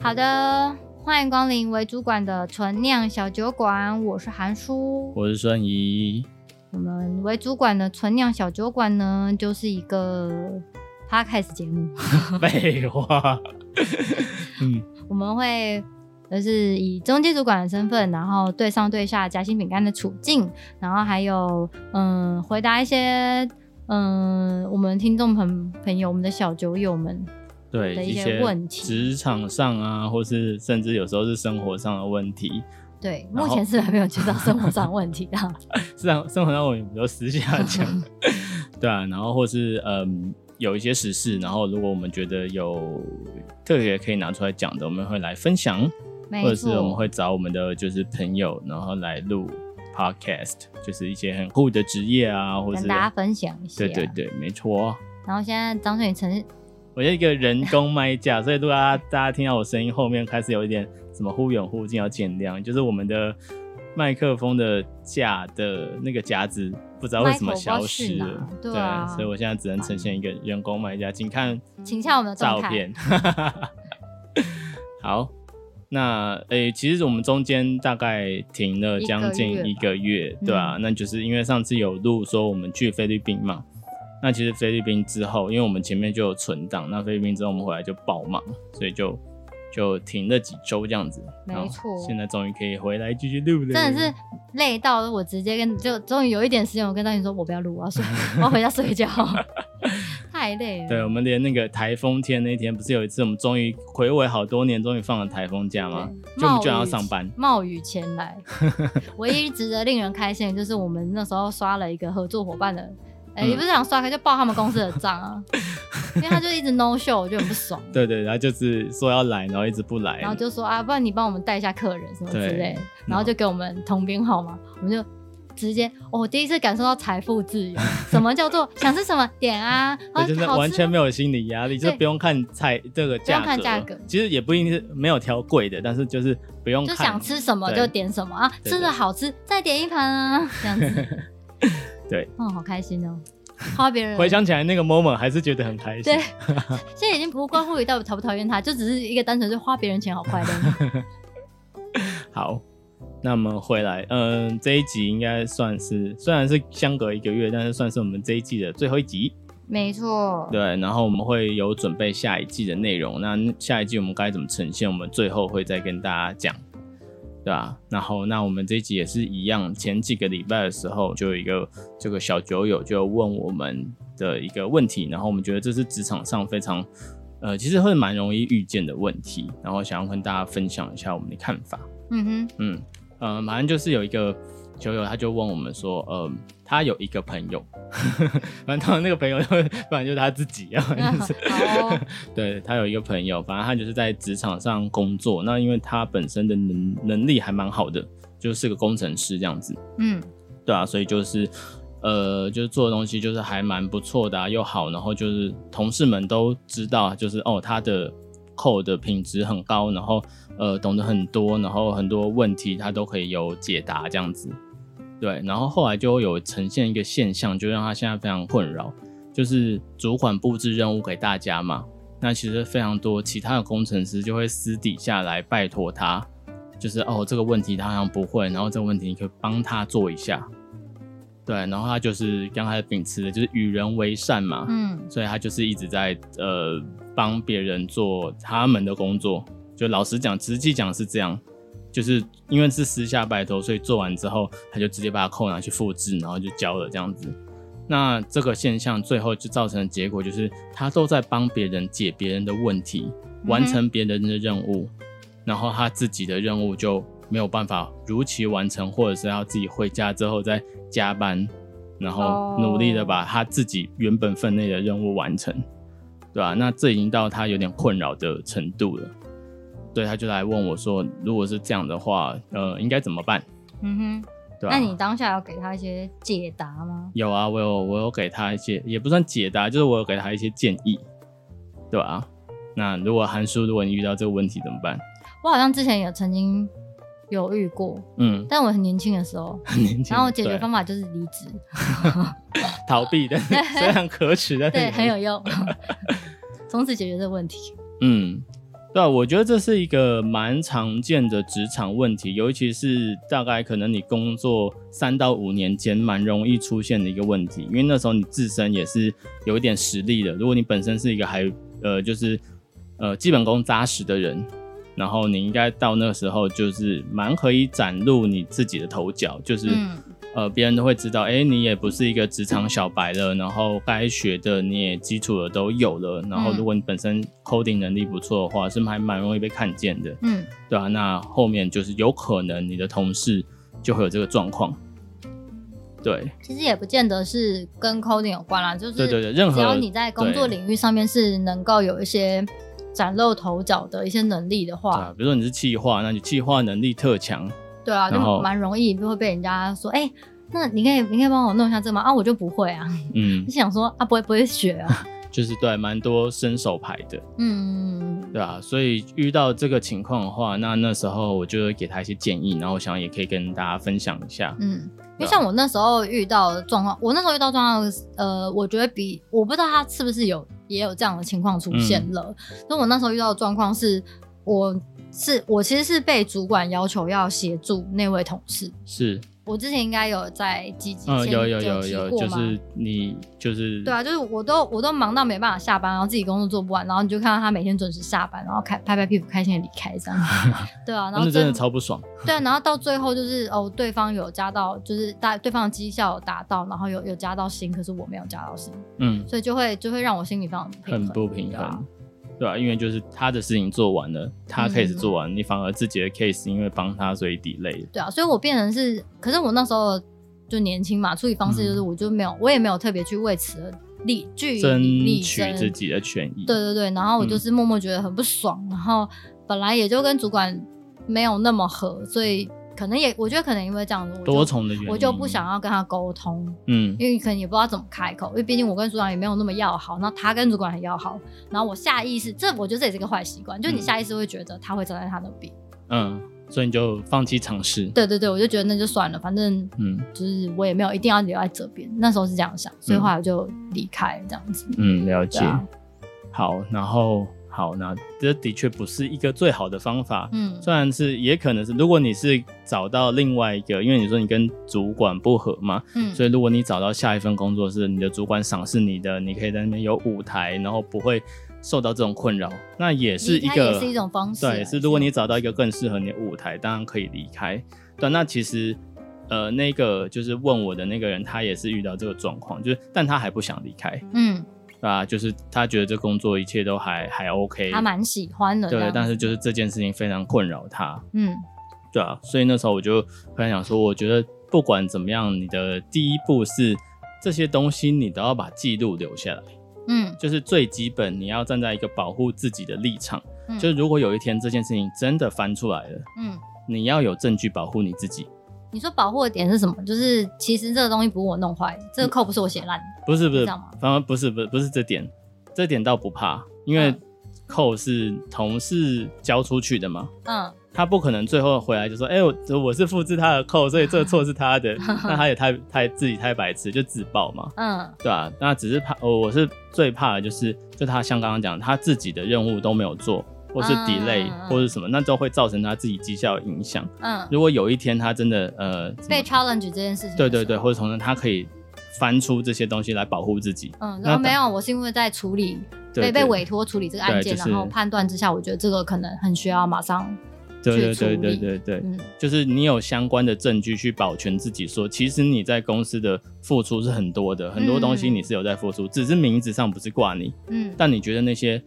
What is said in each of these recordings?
好的，欢迎光临为主管的纯酿小酒馆，我是韩叔。我是 孙怡，我们为主管的纯酿小酒馆呢，就是一个 podcast 节目， 废话，嗯，我们会呃就是以中介主管的身份，然后对上对下夹心饼干的处境，然后还有嗯回答一些嗯我们听众朋朋友、我们的小酒友们对的一一些些问题职场上啊，或是甚至有时候是生活上的问题，对，然目后前是还没有接到生活上的问题 啊。生生活上我们都私下 讲，对啊，然后或是嗯有一些时事，然后如果我们觉得有特别可以拿出来讲的，我们会来分享，或没者是我们错，会找我们的就是朋友，然后来录 podcast，就是一些很酷的职业啊，或跟是大家分享一些、对对。对，没错。然后现在张顺宇承我是一个人工麦架，所以如果大家大家听到我声音后面开始有一点什么忽远忽近，要见谅，就是我们的麦克风的架的那个夹子不知道为什么消失麦克风了不，知道去哪对啊所以我现在只能呈现一个人工麦架，请看请看我们的动照态片。 好，那诶、其实我们中间大概停了将近一一个月，嗯对啊，那就是因为上次有录说我们去菲律宾嘛，那其实菲律宾之后，因为我们前面就有存档，那菲律宾之后我们回来就爆忙，所以就就停了几周这样子。没然后错现在终于可以回来继续录了，真的是累到我直接跟就终于有一点时间，我跟张宇说我不要录，我要睡，我要回家睡觉，太累了。对，我们连那个台风天那天，不是有一次我们终于回味好多年，终于放了台风假吗？对就我们冒居然要雨上班，冒雨前来，唯一值得令人开心的就是我们那时候刷了一个合作伙伴的，哎、嗯也不是想刷，他就报他们公司的账 啊，因为他就一直 no show，我就很不爽，对对，然后就是说要来，然后一直不来，然后就说啊，不然你帮我们带一下客人什么之类的对，嗯然后就给我们同编号码，我们就。直接、哦我第一次感受到财富自由，什么叫做想吃什么点啊？对啊就是好完吃全没有心理压力，就是对不用看菜这个价不用看价格其实也不一定是没有挑贵的，但是就是不用就看，想吃什么对就点什么啊，对。吃的好吃再点一盘啊，这样子 对，哦，好开心哦，夸别人 回想起来那个 moment 还是觉得很开心对。，现在已经不关乎于到底讨不讨厌他，就只是一个单纯是花别人钱好 快乐。好，那我们回来，嗯，这一集应该算是虽然是相隔一个月，但是算是我们这一季的最后一集。没错，对，然后我们会有准备下一季的内容。那下一季我们该怎么呈现，我们最后会再跟大家讲，对吧？然后，那我们这一集也是一样，前几个礼拜的时候，就有一个这个小酒友就问我们的一个问题，然后我们觉得这是职场上非常呃，其实会蛮容易遇见的问题，然后想要跟大家分享一下我们的看法。嗯哼，嗯，呃，反正就是有一个球友，他就问我们说，呃，他有一个朋友， 反正他那个朋友， 不然就是他自己啊，那就是好 哦，对他有一个朋友，反正他就是在职场上工作，那因为他本身的能能力还蛮好的，就是个工程师这样子，嗯，对啊，所以就是。呃，就是做的东西就是还蛮不错的、啊，又好，然后就是同事们都知道，就是哦，他的扣的品质很高，然后呃懂得很多，然后很多问题他都可以有解答这样子。对，然后后来就有呈现一个现象，就让他现在非常困扰，就是主管布置任务给大家嘛，那其实非常多其他的工程师就会私底下来拜托他，就是哦这个问题他好像不会，然后这个问题你可以帮他做一下。对，然后他就是刚开始秉持的就是与人为善嘛，嗯，所以他就是一直在呃帮别人做他们的工作。就老实讲，实际讲是这样，就是因为是私下拜托，所以做完之后他就直接把扣拿去复制，然后就交了这样子。那这个现象最后就造成的结果就是，他都在帮别人解别人的问题，完成别人的任务，然后他自己的任务就没有办法如期完成，或者是他自己回家之后再加班，然后努力的哦把他自己原本分内的任务完成，对吧、那这已经到他有点困扰的程度了，对，他就来问我说，如果是这样的话，呃，应该怎么办？嗯哼，对啊那吧、你当下有给他一些解答吗？有啊，我有我有给他一些，也不算解答，就是我有给他一些建议，对吧、那如果韩叔，如果你遇到这个问题怎么办？我好像之前也曾经有遇过，嗯，但我很年轻的时候，很年轻然后解决对方法就是离职，逃避， 但是虽然可耻，但是对，也很有用，从此解决这个问题。嗯，对啊，我觉得这是一个蛮常见的职场问题，尤其是大概可能你工作三到五年间，蛮容易出现的一个问题，因为那时候你自身也是有一点实力的。如果你本身是一个还呃就是呃基本功扎实的人，然后你应该到那个时候就是蛮可以展露你自己的头角，就是。嗯呃，别人都会知道，哎，你也不是一个职场小白了，然后该学的你也基础的都有了，然后嗯如果你本身 coding 能力不错的话，是还蛮容易被看见的，嗯，对啊，那后面就是有可能你的同事就会有这个状况，对其实也不见得是跟 coding 有关啦，就是对对对任何只要你在工作对领域上面是能够有一些崭露头角的一些能力的话，啊，比如说你是企划，那你企划能力特强，对啊，就然后蛮容易就会被人家说，哎、那你可以你可以帮我弄一下这个吗？啊，我就不会啊，嗯就，想说啊，不会不会学啊，就是对，蛮多伸手牌的， 嗯，对啊，所以遇到这个情况的话，那那时候我就会给他一些建议，然后我想也可以跟大家分享一下，嗯，啊因为像我那时候遇到的状况，我那时候遇到状况，呃，我觉得比我不知道他是不是有也有这样的情况出现了。嗯那、我那时候遇到的状况是，我是我其实是被主管要求要协助那位同事。是。我之前应该有在积极，嗯，有有有提有，过就吗是你就是对啊，就是我都我都忙到没办法下班，然后自己工作做不完，然后你就看到他每天准时下班，然后开拍拍屁股开心的离开这样。 对啊，然后那真最的后超不爽。 对啊，然后到最后就是哦，对方有加到，就是大对方的绩效有达到，然后有有加到薪，可是我没有加到薪，嗯，所以就会就会让我心里非常不平衡，很不平对啊嗯衡，对啊，因为就是他的事情做完了，他 case 做完，你反而自己的 case 因为帮他所以 delay 了。对啊，所以我变成是，可是我那时候就年轻嘛，处理方式就是我就没有，我也没有特别去为此而力据嗯争理力取争自己的嗯权益，对对对，然后我就是默默觉得很不爽，然后本来也就跟主管没有那么合，所以可能也我觉得可能因为这样子，我就多重的原因，我就不想要跟他沟通，嗯，因为可能也不知道怎么开口，因为毕竟我跟主管也没有那么要好，那他跟主管很要好，然后我下意识，这我觉得这也是一个坏习惯，就你嗯下意识会觉得他会站在他那边，嗯，所以你就放弃尝试，对对对，我就觉得那就算了，反正嗯就是我也没有一定要留在这边，那时候是这样想，所以后来我就离开了这样子，嗯，了解对。啊，好，然后好，那这的确不是一个最好的方法，嗯虽然是也可能是，如果你是找到另外一个，因为你说你跟主管不合嘛，嗯，所以，如果你找到下一份工作是你的主管赏识你的，你可以在那边有舞台，然后不会受到这种困扰，那也是一离开个也是一种方式啊对，也是是如果你找到一个更适合你的舞台，当然可以离开。对，啊那其实呃，那个就是问我的那个人，他也是遇到这个状况，就是但他还不想离开，嗯，对吧？就是他觉得这工作一切都还还 OK，他蛮喜欢的这样对子，，但是就是这件事情非常困扰他，嗯对啊，所以那时候我就跟他讲说，我觉得不管怎么样，你的第一步是这些东西你都要把记录留下来，嗯就是最基本，你要站在一个保护自己的立场。嗯就是如果有一天这件事情真的翻出来了，嗯，你要有证据保护你自己。你说保护的点是什么？就是其实这个东西不是我弄坏的，嗯这个扣不是我写烂的。不是不是是这样吗，反而不是不是不是这点，这点倒不怕，因为嗯扣是同事交出去的嘛。嗯他不可能最后回来就说：“哎、我我是复制他的扣，所以这个错是 他的。”那他也太太自己太白痴，就自爆嘛。嗯对啊，那只是怕，哦、我是最怕的就是，就他像刚刚讲，他自己的任务都没有做，或是嗯 delay，、嗯嗯或是什么，那都会造成他自己绩效的影响。嗯，如果有一天他真的呃，怎么被 challenge 这件事情，对对对，，或者从他可以翻出这些东西来保护自己，嗯，那然后当没有，我是因为在处理对被被对委托处理这个案对件，就是然后判断之下，我觉得这个可能很需要马上，对对去对处对理对对，嗯就是你有相关的证据去保全自己说其实你在公司的付出是很多的，很多东西嗯你是有在付出，只是名字上不是挂你，嗯但你觉得那些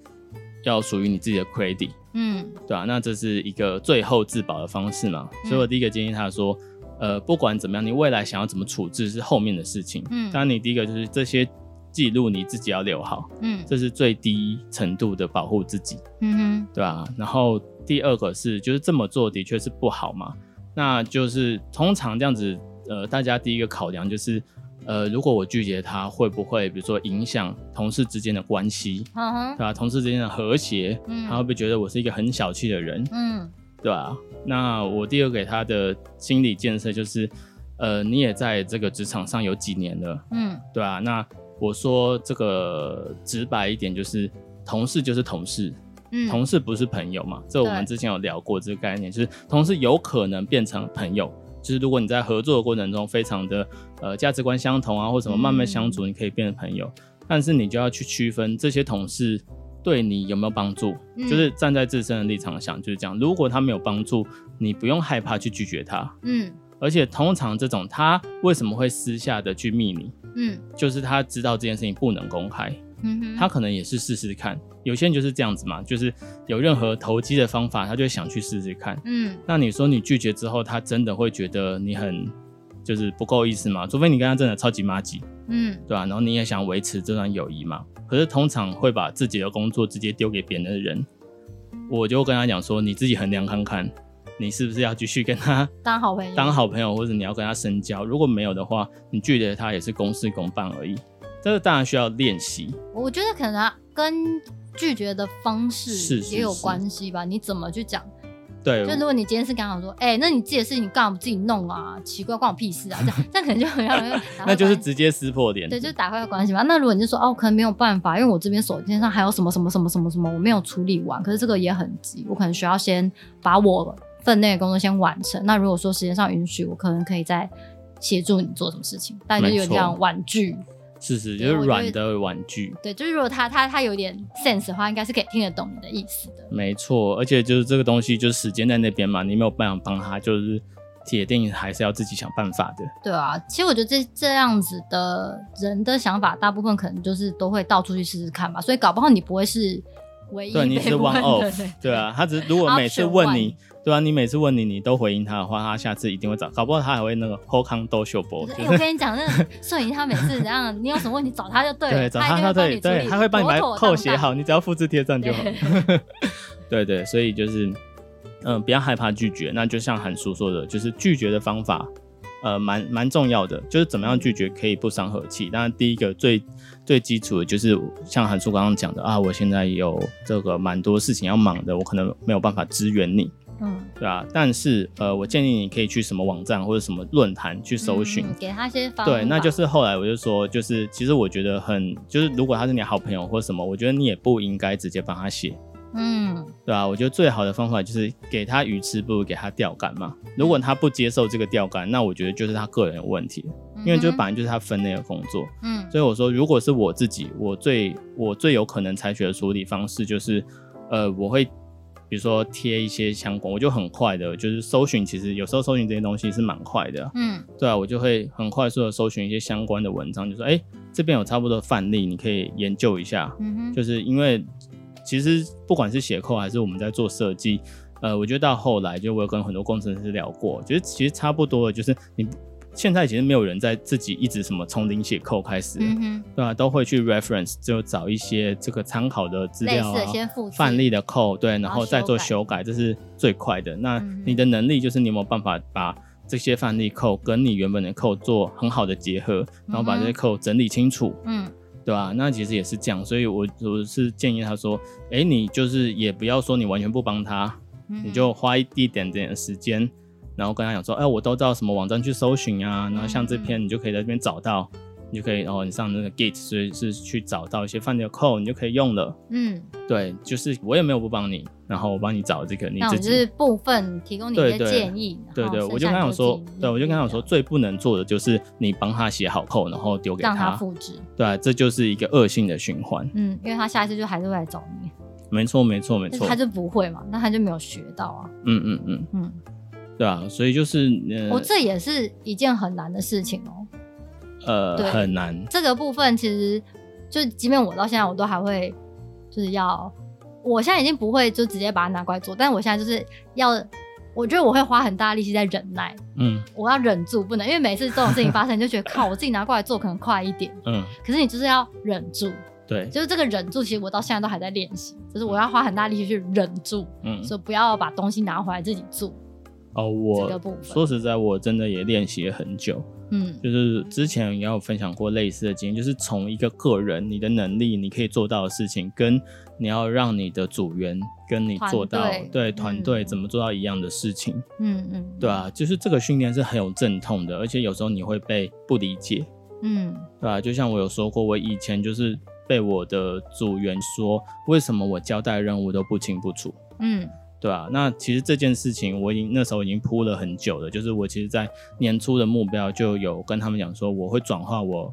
要属于你自己的 credit。嗯对啊，那这是一个最后自保的方式嘛。嗯所以我第一个建议他说，呃，不管怎么样，你未来想要怎么处置是后面的事情。嗯当然，你第一个就是这些记录你自己要留好，嗯这是最低程度的保护自己，嗯对啊。然后第二个是，就是这么做的确是不好嘛。那就是通常这样子，呃，大家第一个考量就是，呃，如果我拒绝他，会不会比如说影响同事之间的关系，哼，嗯对吧、同事之间的和谐，嗯他会不会觉得我是一个很小气的人？嗯对啊，那我第二给他的心理建设就是，呃，你也在这个职场上有几年了，嗯对啊，那我说这个直白一点，就是同事就是同事，嗯同事不是朋友嘛，这我们对之前有聊过这个概念，就是同事有可能变成朋友。就是如果你在合作的过程中非常的呃价值观相同啊，或嗯什么慢慢相处，你可以变成朋友。但是你就要去区分这些同事对你有没有帮助，嗯就是站在自身的立场想，就是这样。如果他没有帮助，你不用害怕去拒绝他。嗯而且通常这种他为什么会私下的去密你，嗯就是他知道这件事情不能公开，嗯哼，他可能也是试试看。有些人就是这样子嘛，就是有任何投机的方法，他就会想去试试看。嗯那你说你拒绝之后，他真的会觉得你很就是不够意思吗？除非你跟他真的超级妈鸡，嗯对吧、然后你也想维持这段友谊嘛。可是通常会把自己的工作直接丢给别人的人，我就跟他讲说，你自己衡量看看，你是不是要继续跟他当好朋友，当好朋友，或者你要跟他深交。如果没有的话，你拒绝他也是公事公办而已。这个当然需要练习，我觉得可能跟拒绝的方式是是也有是关系吧，你怎么去讲？对就，如果你今天是刚好说，哎、那你自己的事情干嘛不自己弄啊？奇怪，关我屁事啊！这样，这样可能就很让人那就是直接撕破脸。对，就打坏关系嘛。那如果你就说哦，可能没有办法，因为我这边手机上还有什么什么什么什么什么，我没有处理完，可是这个也很急，我可能需要先把我分内的工作先完成。那如果说时间上允许，我可能可以再协助你做什么事情，但就是有没错这样婉拒。是是，就对是我觉软得的玩具。对，就是如果他他他有点 sense 的话，应该是可以听得懂你的意思的。没错，而且就是这个东西，就是时间在那边嘛，你没有办法帮他，就是铁定还是要自己想办法的。对啊，其实我觉得这这样子的人的想法，大部分可能就是都会到处去试试看吧，所以搞不好你不会是唯一对啊你被是问 one 的 off 人 对啊，他只是如果 Option 每次问你，对啊，你每次问你，你都回应他的话，他下次一定会找，搞不好他还会那个后康斗秀博，就是就哎、是我跟你讲，那个摄影他每次这样，你有什么问题找他就对了，对，找他他他对对，他会帮你把扣写好，你只要复制贴上就好。 对对，所以就是，嗯，不要害怕拒绝。那就像韩叔说的，就是拒绝的方法，呃，蛮蛮重要的，就是怎么样拒绝可以不伤和气。当然，第一个最最基础的就是像韩叔刚刚讲的啊，我现在有这个蛮多事情要忙的，我可能没有办法支援你，嗯，对吧、但是呃，我建议你可以去什么网站或者什么论坛去搜寻。嗯给他一些方法，对，那就是后来我就说，就是其实我觉得很，就是如果他是你的好朋友或什么，我觉得你也不应该直接帮他写，嗯对吧、我觉得最好的方法就是给他鱼吃，不如给他钓竿嘛。如嗯果他不接受这个钓竿，那我觉得就是他个人有问题，因为就是本来就是他分内的工作。嗯所以我说，如果是我自己，我最我最有可能采取的处理方式就是，呃，我会比如说贴一些相关，我就很快的，就是搜寻，其实有时候搜寻这些东西是蛮快的啊、嗯对啊，我就会很快速的搜寻一些相关的文章，就说，哎、这边有差不多的范例，你可以研究一下。嗯哼，就是因为其实不管是写扣还是我们在做设计，呃，我觉得到后来，就我有跟很多工程师聊过，觉得其实差不多的，就是你现在其实没有人在自己一直什么从零写扣开始，嗯哼，对啊，都会去 reference 就找一些这个参考的资类料似啊的，先复制范例的扣，对，然然后后再做修修改，这是最快的。那嗯哼你的能力就是你有没有办法把这些范例扣跟你原本的扣做很好的结合，然后把这些扣整理清楚，嗯对吧、那其实也是这样，所以我我是建议他说，哎，你就是也不要说你完全不帮他，嗯你就花一一点点的时间。然后跟他讲说，哎，我都到什么网站去搜寻啊，然后像这篇你就可以在这边找到，你就可以，然、哦、后你上那个 Git 是是去找到一些范例的扣，你就可以用了。嗯，对，就是我也没有不帮你，然后我帮你找这个你那我自们就己。是部分提供你一对些对建议，然对后对，剩我就下跟他你讲说自己，对我就跟他讲这说，样最不能做的就是你帮他写好扣，然后丢给让他他，复制，对啊，这就是一个恶性的循环。嗯，因为他下一次就还是会来找你，没错，没错，没但错是他。就不会嘛，那他就没有学到啊，嗯嗯嗯，嗯，对啊，所以就是我呃这也是一件很难的事情哦、对呃很难，这个部分其实就，即便我到现在，我都还会就是要，我现在已经不会就直接把它拿过来做，但我现在就是要，我觉得我会花很大力气在忍耐，嗯我要忍住，不能因为每次这种事情发生，你就觉得靠，我自己拿过来做可能快一点，嗯，可是你就是要忍住，对，就是这个忍住，其实我到现在都还在练习，就是我要花很大力气去忍住，嗯说不要把东西拿回来自己做哦，这个我部分，说实在，我真的也练习了很久，嗯就是之前也有分享过类似的经验，就是从一个个人你的能力，你可以做到的事情，跟你要让你的组员跟你做到团队对嗯团队怎么做到一样的事情，嗯嗯，对啊，就是这个训练是很有阵痛的，而且有时候你会被不理解，嗯对啊，就像我有说过，我以前就是被我的组员说，为什么我交代任务都不清不楚。嗯对啊，那其实这件事情我已经那时候已经铺了很久了，就是我其实，在年初的目标就有跟他们讲说，我会转化我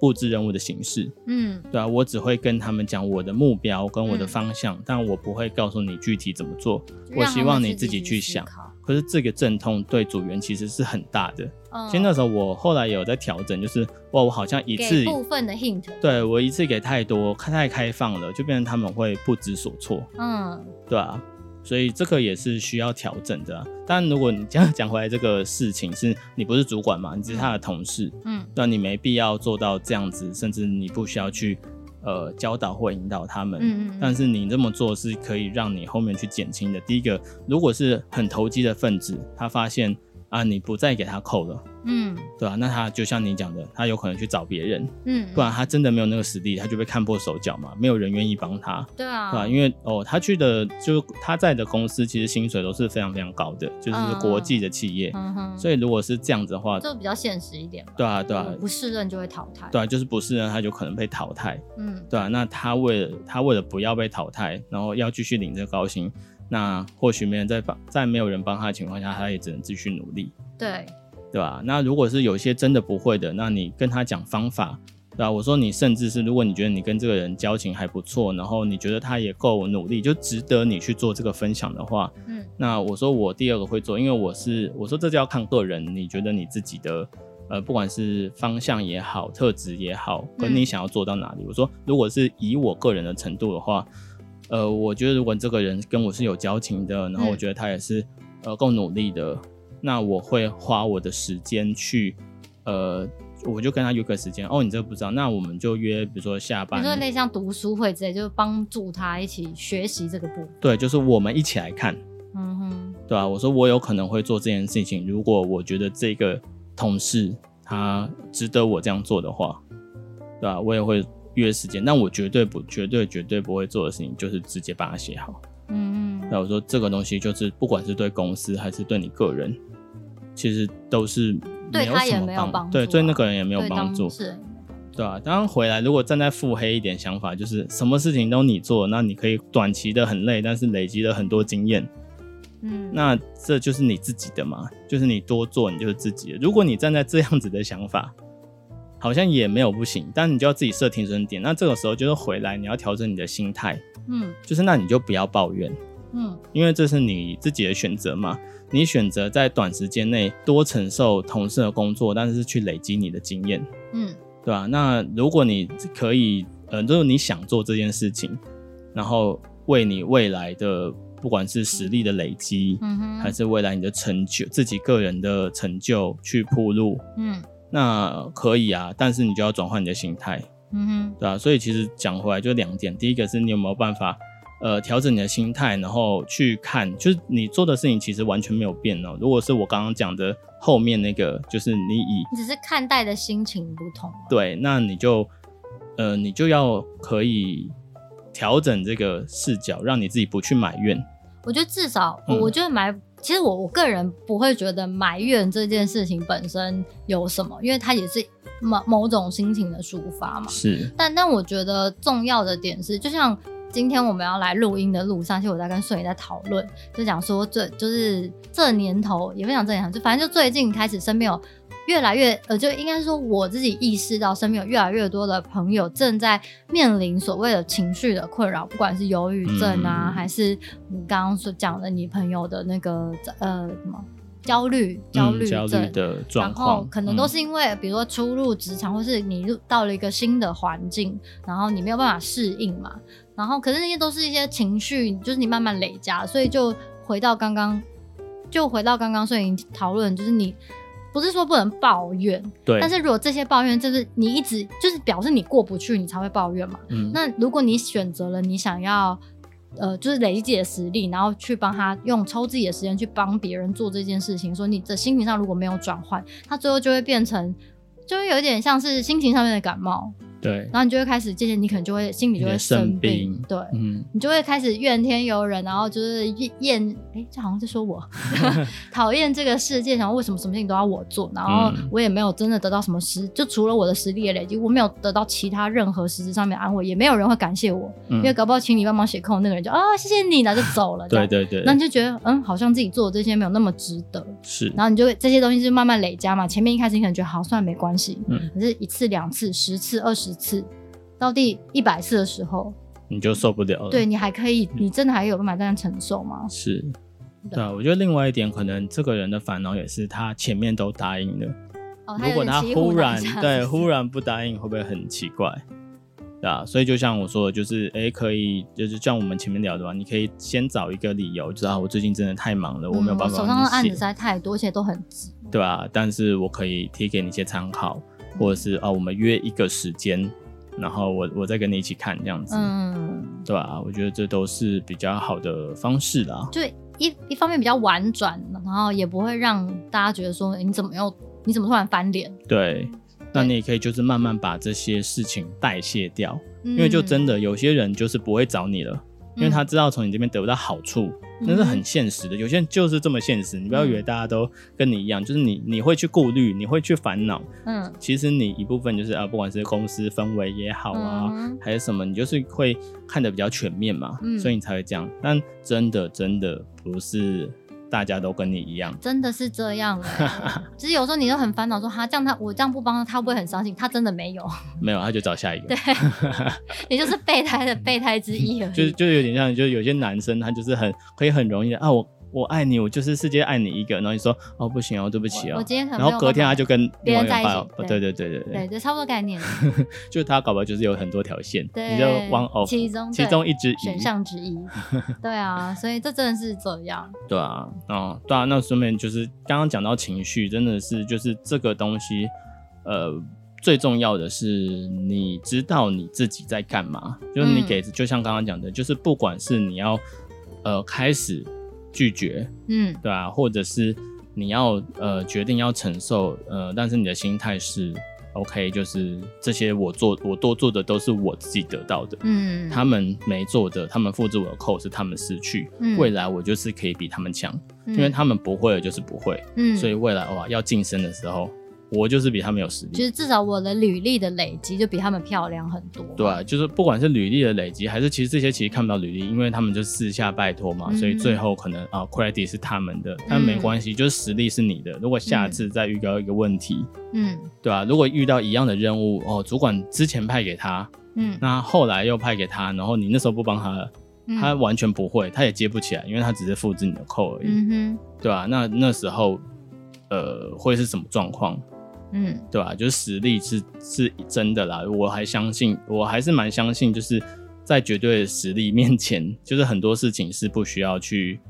布置任务的形式，嗯对啊，我只会跟他们讲我的目标跟我的嗯方向，但我不会告诉你具体怎么做。就我让希他望们你自自己去思想考。可是这个阵痛对组员其实是很大的。嗯，其实那时候我后来有在调整，就是哇，我好像一次给部分的 hint，对我一次给太多，太开放了，就变成他们会不知所措。嗯对啊，所以这个也是需要调整的、啊。但如果你这样讲回来，这个事情是你不是主管嘛，你只是他的同事，嗯那你没必要做到这样子，甚至你不需要去呃教导或引导他们。嗯嗯，但是你这么做是可以让你后面去减轻的。第一个，如果是很投机的分子，他发现啊你不再给他扣了，嗯对吧、啊那他就像你讲的，他有可能去找别人，嗯，不然他真的没有那个实力，他就被看破手脚嘛，没有人愿意帮他。对啊，对啊，因为哦，他去的就他在的公司，其实薪水都是非常非常高的，就是国际的企业。嗯哼，所以如果是这样子的话，就比较现实一点吧。对啊，对啊我，不适任就会淘汰。对啊，就是不是呢，他就可能被淘汰，嗯对啊。那他为了他为了不要被淘汰，然后要继续领这个高薪，那或许没人在帮，在没有人帮他的情况下，他也只能继续努力，对，对吧、那如果是有一些真的不会的，那你跟他讲方法。对啊，我说你甚至是，如果你觉得你跟这个人交情还不错，然后你觉得他也够努力，就值得你去做这个分享的话，嗯那我说我第二个会做，因为我是我说这就要看个人，你觉得你自己的呃，不管是方向也好，特质也好，跟你嗯想要做到哪里。我说如果是以我个人的程度的话，呃，我觉得如果这个人跟我是有交情的，然后我嗯觉得他也是呃够努力的，那我会花我的时间去呃。我就跟他约个时间哦，你这个不知道，那我们就约，比如说下比如班，说类似像读书会之类，就是帮助他一起学习这个部分。对，就是我们一起来看，嗯哼，对啊，我说我有可能会做这件事情，如果我觉得这个同事他值得我这样做的话，对啊，我也会约时间，但我绝对不、绝对、绝对不会做的事情就是直接把它写好。嗯嗯那我说这个东西就是不管是对公司还是对你个人，其实都是对没有他什也么没有帮对助对啊那个人也没有对帮助当，是，对啊，当然回来，如果站在腹黑一点想法，就是什么事情都你做，那你可以短期的很累，但是累积了很多经验。嗯，那这就是你自己的嘛，就是你多做，你就是自己的。如果你站在这样子的想法，好像也没有不行，但你就要自己设停损点。那这个时候就是回来，你要调整你的心态，嗯就是那你就不要抱怨，嗯因为这是你自己的选择嘛。你选择在短时间内多承受同事的工作，但是去累积你的经验，嗯对吧、那如果你可以，呃，如果你想做这件事情，然后为你未来的不管是实力的累积，嗯哼，还是未来你的成就、自己个人的成就去铺路，嗯那可以啊，但是你就要转换你的心态，嗯哼对吧、所以其实讲回来就两点，第一个是你有没有办法，呃，调整你的心态，然后去看，就是你做的事情其实完全没有变哦。如果是我刚刚讲的后面那个，就是你以你只是看待的心情不同。对，那你就，呃，你就要可以调整这个视角，让你自己不去埋怨，我觉得至少，嗯我我觉得埋，其实我我个人不会觉得埋怨这件事情本身有什么，因为它也是某某种心情的抒发嘛。是，但但我觉得重要的点是，就像今天我们要来录音的路上，其实我在跟顺宇在讨论，就讲说这就是这年头，也不讲这年头，就反正就最近开始身边有。越来越，呃，就应该是说我自己意识到，身边有越来越多的朋友正在面临所谓的情绪的困扰，不管是忧郁症啊，嗯还是你刚刚所讲的你朋友的那个呃什么焦虑、焦嗯虑焦症、虑的状然后况，可能都嗯是因为，比如说初入职场，或是你入到了一个新的环境，然后你没有办法适应嘛。然后，可是那些都是一些情绪，就是你慢慢累加，所以就回到刚刚，就回到刚刚所以你讨论，就是你不是说不能抱怨，嗯对，但是如果这些抱怨就是你一直就是表示你过不去，你才会抱怨嘛。嗯那如果你选择了你想要，呃，就是累积自己的实力，然后去帮他用抽自己的时间去帮别人做这件事情，说你的心情上如果没有转换，他最后就会变成，就会有点像是心情上面的感冒，对，然后你就会开始渐渐，你可能就会心里就有会点生生病对，嗯，你就会开始怨天尤人，然后就是厌厌，哎，这好像在说 我讨厌这个世界，想为什么什么事情都要我做，然后嗯我也没有真的得到什么实，就除了我的实力的累积，我没有得到其他任何实质上面的安慰，也没有人会感谢我，嗯因为搞不好请你帮忙写空那个人就啊、谢谢你，然后就走了，这对样对对，那你就觉得嗯，好像自己做的这些没有那么值得，是，然后你就会这些东西是慢慢累加嘛。前面一开始你可能觉得好，算了没关系，嗯可是一次、两次、十次、二十次，到第一百次的时候，你就受不了了。嗯对，你还可以，你真的还有办法这样承受吗？是，对对啊，我觉得另外一点，可能这个人的烦恼也是他前面都答应了，哦，如果他忽然对忽然，然不答应，会不会很奇怪？对啊，所以就像我说的，就是诶，可以就是像我们前面聊的嘛，你可以先找一个理由，就是啊，我最近真的太忙了，我没有嗯办法手上的帮案你子写实，在太多，而且都很急。对吧、但是我可以提给你一些参考，或者是啊，我们约一个时间，然后我我再跟你一起看这样子，嗯，对吧、啊我觉得这都是比较好的方式啦。就一一方面比较婉转，然后也不会让大家觉得说诶你怎么又你怎么突然翻脸，对，那你也可以就是慢慢把这些事情代谢掉，因因为就真的有些人就是不会找你了，嗯因为他知道从你这边得不到好处，那是很现实的。有些人就是这么现实，你不要嗯以为大家都跟你一样，就是你你会去顾虑，你会去烦恼，嗯其实你一部分就是啊，不管是公司氛围也好啊。嗯还是什么，你就是会看得比较全面嘛，嗯所以你才会这样。但真的真的不是大家都跟你一样，真的是这样、 欸，只是有时候你就很烦恼，说哈，这样他我这样不帮他，他会不会很伤心？他真的没有，没有他就找下一个。对，你就是备胎的备胎之一而已。就是就有点像，就是有些男生他就是很可以很容易的啊，我我爱你，我就是世界爱你一个，然后你说哦不行哦，对不起我哦我，今天可能然后隔天他就跟别人另外一在半一哦起对对对对对对，对，差不多概念，就是他搞不好就是有很多条线，对，你就 one of 其中其对中一只选鱼，项之 一，对啊，所以这真的是这样，对啊，哦对啊，那顺便就是刚刚讲到情绪，真的是就是这个东西，呃。最重要的是，你知道你自己在干嘛，就是你嗯给，就像刚刚讲的，就是不管是你要，呃，开始拒绝，嗯对啊，或者是你要呃决定要承受呃，但是你的心态是 OK，就是这些我做我多做的都是我自己得到的，嗯，他们没做的，他们付之我的扣是他们失去，嗯未来我就是可以比他们强，因因为他们不会的就是不会，嗯，所以未来哇要晋升的时候，我就是比他们有实就力。是至少我的履历的累积就比他们漂亮很多，对啊、就是不管是履历的累积，还是其实这些其实看不到履历，因为他们就私下拜托嘛，嗯所以最后可能啊 credit 是他们的，但没关系，就是实力是你的。如果下次再遇到一个问题，嗯对吧、如果遇到一样的任务，哦，主管之前派给他，嗯，那后来又派给他，然后你那时候不帮他了，嗯他完全不会，他也接不起来，因为他只是复制你的扣而已，嗯对吧、那那时候，呃，会是什么状况？哼嗯对吧、就是实力是是真的啦，我还相信，我还是蛮相信，就是在绝对的实力面前，就是很多事情是不需要去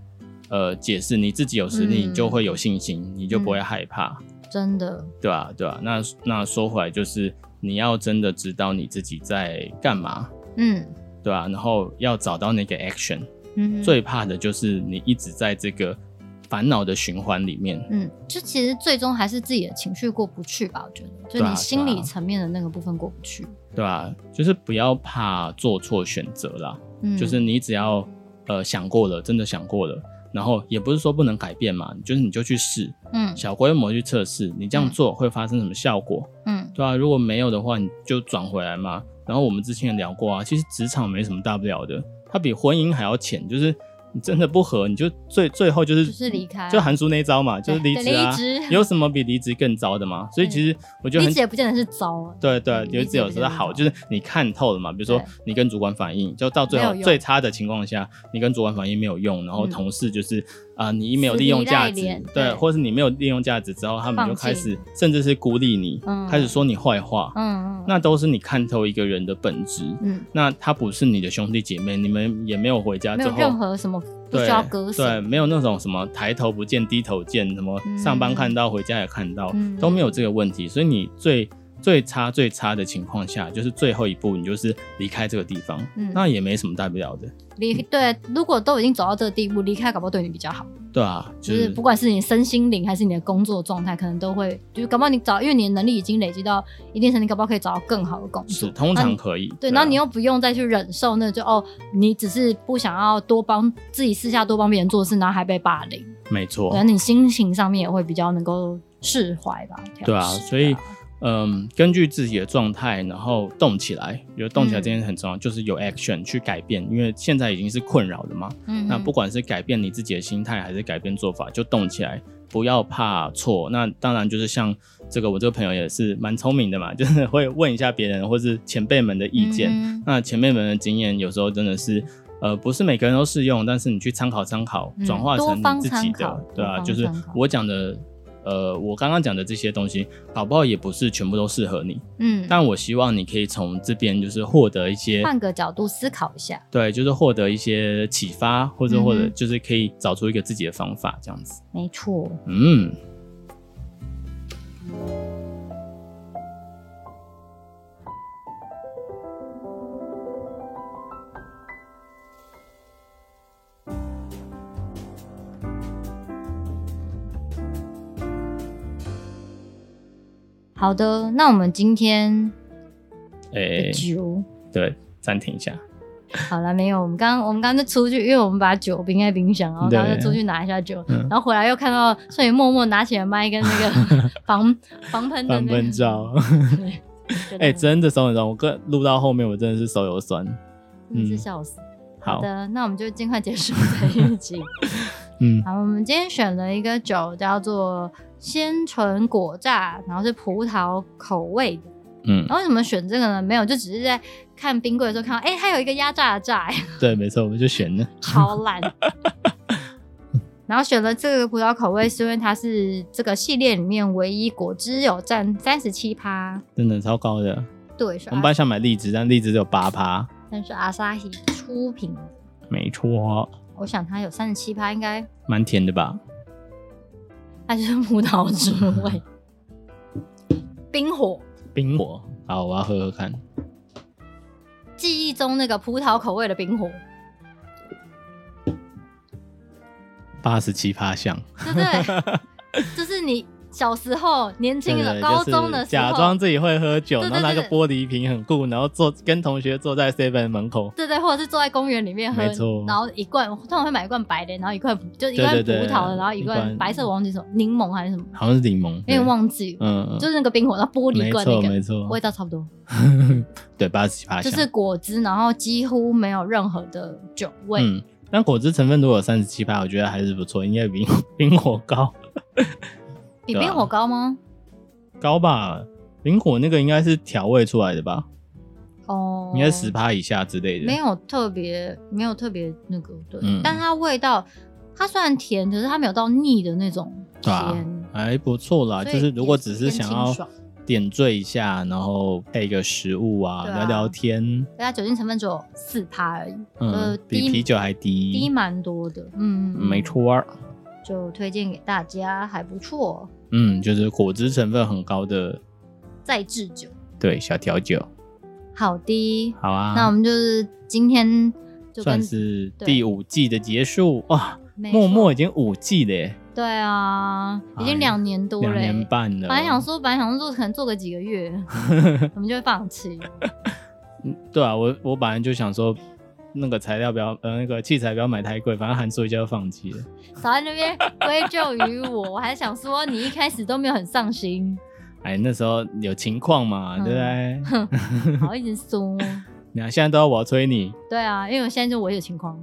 呃解释，你自己有实力，嗯你就会有信心，你就不会害怕，真的对吧、对吧、那那说回来，就是你要真的知道你自己在干嘛，嗯对吧、然后要找到那个 action，、嗯哼最怕的就是你一直在这个烦恼的循环里面，嗯，就其实最终还是自己的情绪过不去吧，我觉得，就对你啊心对啊理层面的那个部分过不去，对吧、就是不要怕做错选择啦。嗯，就是你只要呃想过了，真的想过了，然后也不是说不能改变嘛，就是你就去试，嗯小规模去测试，你这样嗯做会发生什么效果，嗯对啊，如果没有的话，你就转回来嘛。然后我们之前也聊过啊，其实职场没什么大不了的，它比婚姻还要浅，就是你真的不合，你就最最后就是就是离开啊就韩叔那一招嘛，就是对离职啊对离职，有什么比离职更糟的嘛？所以其实我觉得离很职也不见得是糟啊，对对嗯，有理只解有理时解候理好，解就是你看透了嘛。比如说对你跟主管反映，就到最后没有用最差的情况下，你跟主管反映没有用，然后嗯同事就是啊、你没有死利皮用价赖值脸，对对，或是你没有利用价值之后，他们放就开弃始甚至是孤立你，嗯开始说你坏话，嗯嗯，那都是你看透一个人的本质。嗯那他不是你的兄弟姐妹，你们也没有回家没之有后，任何什么不需对要割舍，对，没有那种什么抬头不见低头见，什么嗯上班看到、回家也看到，嗯都没有这个问题。所以你最最差最差的情况下，就是最后一步，你就是离开这个地方，嗯那也没什么大不了的。离对，如果都已经走到这个地步，离开搞不好对你比较好。对啊，就就是是不管是你身心灵还是你的工作状态，可能都会就是搞不好你找，因为你的能力已经累积到一定程度，搞不好可以找到更好的工是作。通那常你可以。对，然后啊你又不用再去忍受那就哦，你只是不想要多帮自己私下多帮别人做事，然后还被霸凌，没错对，，你心情上面也会比较能够释怀吧。对啊调试所以对啊嗯，根据自己的状态，然后动起来，我觉得动起来嗯这件事很重要，就是有 action 去改变，因为现在已经是困扰的嘛。嗯那哼不管是改变你自己的心态，还是改变做法，就动起来，不要怕错。那当然就是像这个，我这个朋友也是蛮聪明的嘛， 就是会问一下别人或是前辈们的意见。嗯那前辈们的经验有时候真的是，呃，不是每个人都适用，但是你去参考参考嗯，转化成多你自己方参考的，对多啊，方就是参考我讲的。呃，我刚刚讲的这些东西，搞不好也不是全部都适合你，嗯，但我希望你可以从这边就是获得一些换个角度思考一下，对，就是获得一些启发，或者嗯或者哼就是可以找出一个自己的方法，这样子。没错。嗯，好的，那我们今天诶、的酒、哎对，暂停一下。好了没有？我们刚我们刚就出去，因为我们把酒冰在冰箱，然后对刚刚就出去拿一下酒，嗯然后回来又看到所以默默拿起了麦跟那 个防防喷的翻那分个照， 对，哎、真真的手很酸，我跟录到后面我真的是手有酸。的真的是嗯笑死。好好，的，那我们就尽快结束这一集。 嗯，好，我们今天选了一个酒叫做鲜橙果榨，然后是葡萄口味的。嗯然，后为什么选这个呢？没有，就只是在看冰柜的时候看到，哎、它有一个压榨的榨、哎对，没错，我们就选了。超烂。 然后选了这个葡萄口味，是因为它是这个系列里面唯一果汁有占三十七趴，真的超高的。对，是我们本来阿想买荔枝，但荔枝只有八趴，但是阿萨希出品的，没错，我想它有三十七趴，应该蛮甜的吧？它就是葡萄汁 味，冰火。冰火，好，我要喝喝看。记忆中那个葡萄口味的冰火，八十七趴像，对不对？ 就是你小时候、年轻对对的、对高就是中的时假候装，自己会喝酒，对然对后拿个对玻璃瓶很酷，然后坐跟同学坐在 seven 门口，对对，或者是坐在公园里面喝没错，然后一罐，我通常会买一罐白的，然后一罐就一对罐对葡对萄的，然后一一罐罐白色，我忘记什么柠檬还是什么，好像是柠檬，有对点忘记了，嗯，嗯就是那个冰火，然后玻璃没罐那错个没错，味道差不多， 对八十七趴就像，是果汁，然后几乎没有任何的酒味。嗯，但果汁成分如果有三十七趴，我觉得还是不错，应该比 冰火高比对啊冰火高吗？高吧。冰火那个应该是调味出来的吧，哦，应该十趴以下之类的。没有特别，没有特别那个，对，嗯但它味道，它虽然甜，可是它没有到腻的那种对甜。啊还不错啦，所就以是如果只是偏想清要爽点缀一下，然后配个食物啊，对啊聊聊天，对它酒精成分只有四趴而已，呃嗯，低比啤酒还低，低蛮多的，嗯，没，错儿。就推荐给大家，还不错，嗯，就是果汁成分很高的，再制酒，对，小调酒。好的，好啊，那我们就是今天就跟算是对第五季的结束哇，没默默错已经五季了耶，对啊，已哎经两年多两了欸、年半了。哦本来想说，本来想说可能做个几个 月，我们就会放弃。对啊，我我本来就想说，那个材料不要，呃，那个器材不要买太贵，反正含数一下就放弃了。少在那边归咎于我，我还想说你一开始都没有很上心，哎，那时候有情况嘛，嗯对不对？好一直说。你看现在都要我催你，对啊，因为我现在就我有情 况，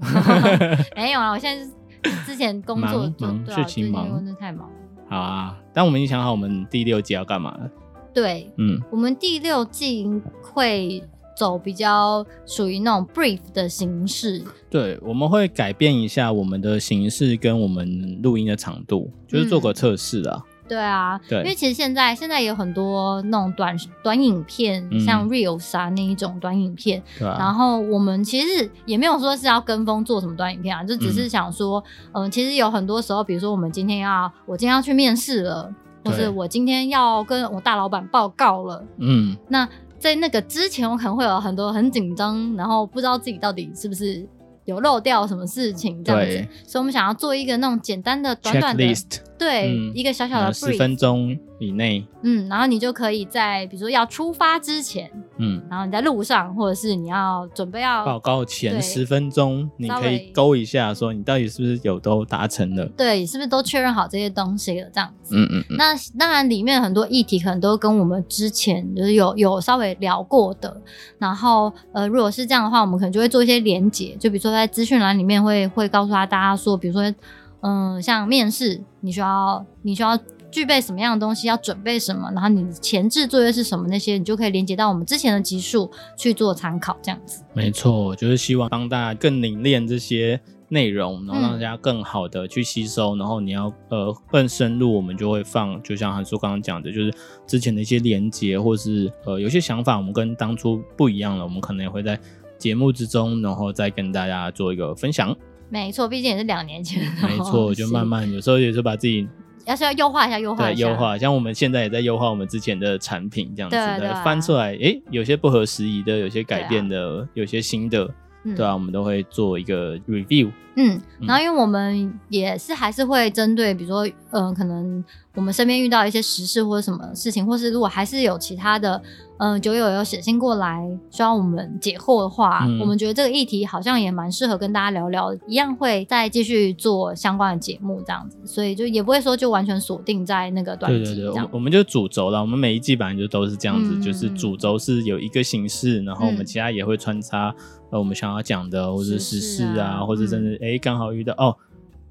没有啊，我现在就是之前工作忙就忙对啊，事情最近忙工作太忙了。好啊。但我们已经想好我们第六季要干嘛了。对嗯，我们第六季会走比较属于那种 brief 的形式，对，我们会改变一下我们的形式跟我们录音的长度，就是做个测试啊。对啊，对嗯因为其实现在现在有很多那种短短影片，嗯啊像 reels 啊那一种短影片，对吧、然后我们其实也没有说是要跟风做什么短影片啊，就只是想说，嗯、其实有很多时候，比如说我们今天要，我今天要去面试了，或对是我今天要跟我大老板报告了，嗯，那在那个之前，我可能会有很多很紧张，然后不知道自己到底是不是有漏掉什么事情这样子对。所以我们想要做一个那种简单的、短短的， checklist，对、嗯一个小小呃的十 brief，分钟以内，嗯，然后你就可以在比如说要出发之前，嗯，然后你在路上，或者是你要准备要报告前对十分钟，你稍可微以勾一下，说你到底是不是有都达成了。对，是不是都确认好这些东西了？这样子。嗯嗯嗯，那当然，里面很多议题可能都跟我们之前就是有有稍微聊过的。然后，呃，如果是这样的话，我们可能就会做一些连结，就比如说在资讯栏里面会会告诉大家说，比如说，嗯、像面试，你需要你需要具备什么样的东西，要准备什么，然后你前置作业是什么那些，你就可以连接到我们之前的集数去做参考，这样子。没错，就是希望帮大家更凝练这些内容，嗯然后让大家更好的去吸收，然后你要呃更深入，我们就会放，就像韩叔刚刚讲的，就是之前的一些连接，或是呃有些想法我们跟当初不一样了，我们可能也会在节目之中，然后再跟大家做一个分 享。没错，毕竟也是两年前的东西。没错，就慢慢有时候也是把自己要是要优化一下，优化对一下，优化，像我们现在也在优化我们之前的产品这样子对啊对的啊翻出来，诶，有些不合时宜的，有些对改啊变的，有些新的，嗯对啊，我们都会做一个 review。嗯，嗯然后因为我们也是还是会针对，比如说，嗯、可能我们身边遇到一些时事或者什么事情，或是如果还是有其他的，嗯、酒友有写信过来需要我们解惑的话，嗯我们觉得这个议题好像也蛮适合跟大家聊聊，一样会再继续做相关的节目这样子，所以就也不会说就完全锁定在那个短对对期对，这我们样。我们就主轴了，我们每一季本来就都是这样子，嗯就是嗯嗯主轴是有一个形式，然后我嗯们其他也会穿插呃我们想要讲的，或者时时事事啊啊，或者嗯甚至诶刚好遇到哦。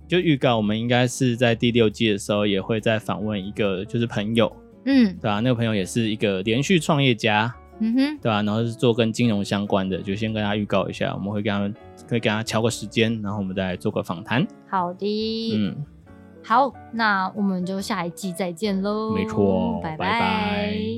就预告，我们应该是在第六季的时候也会再访问一个，就是朋友，嗯对吧、啊那个朋友也是一个连续创业家，嗯哼，对吧、啊然后是做跟金融相关的，就先跟他预告一下，我们会跟他们会跟他敲个时间，然后我们再来做个访谈。好的，嗯，好，那我们就下一季再见喽，没错拜拜拜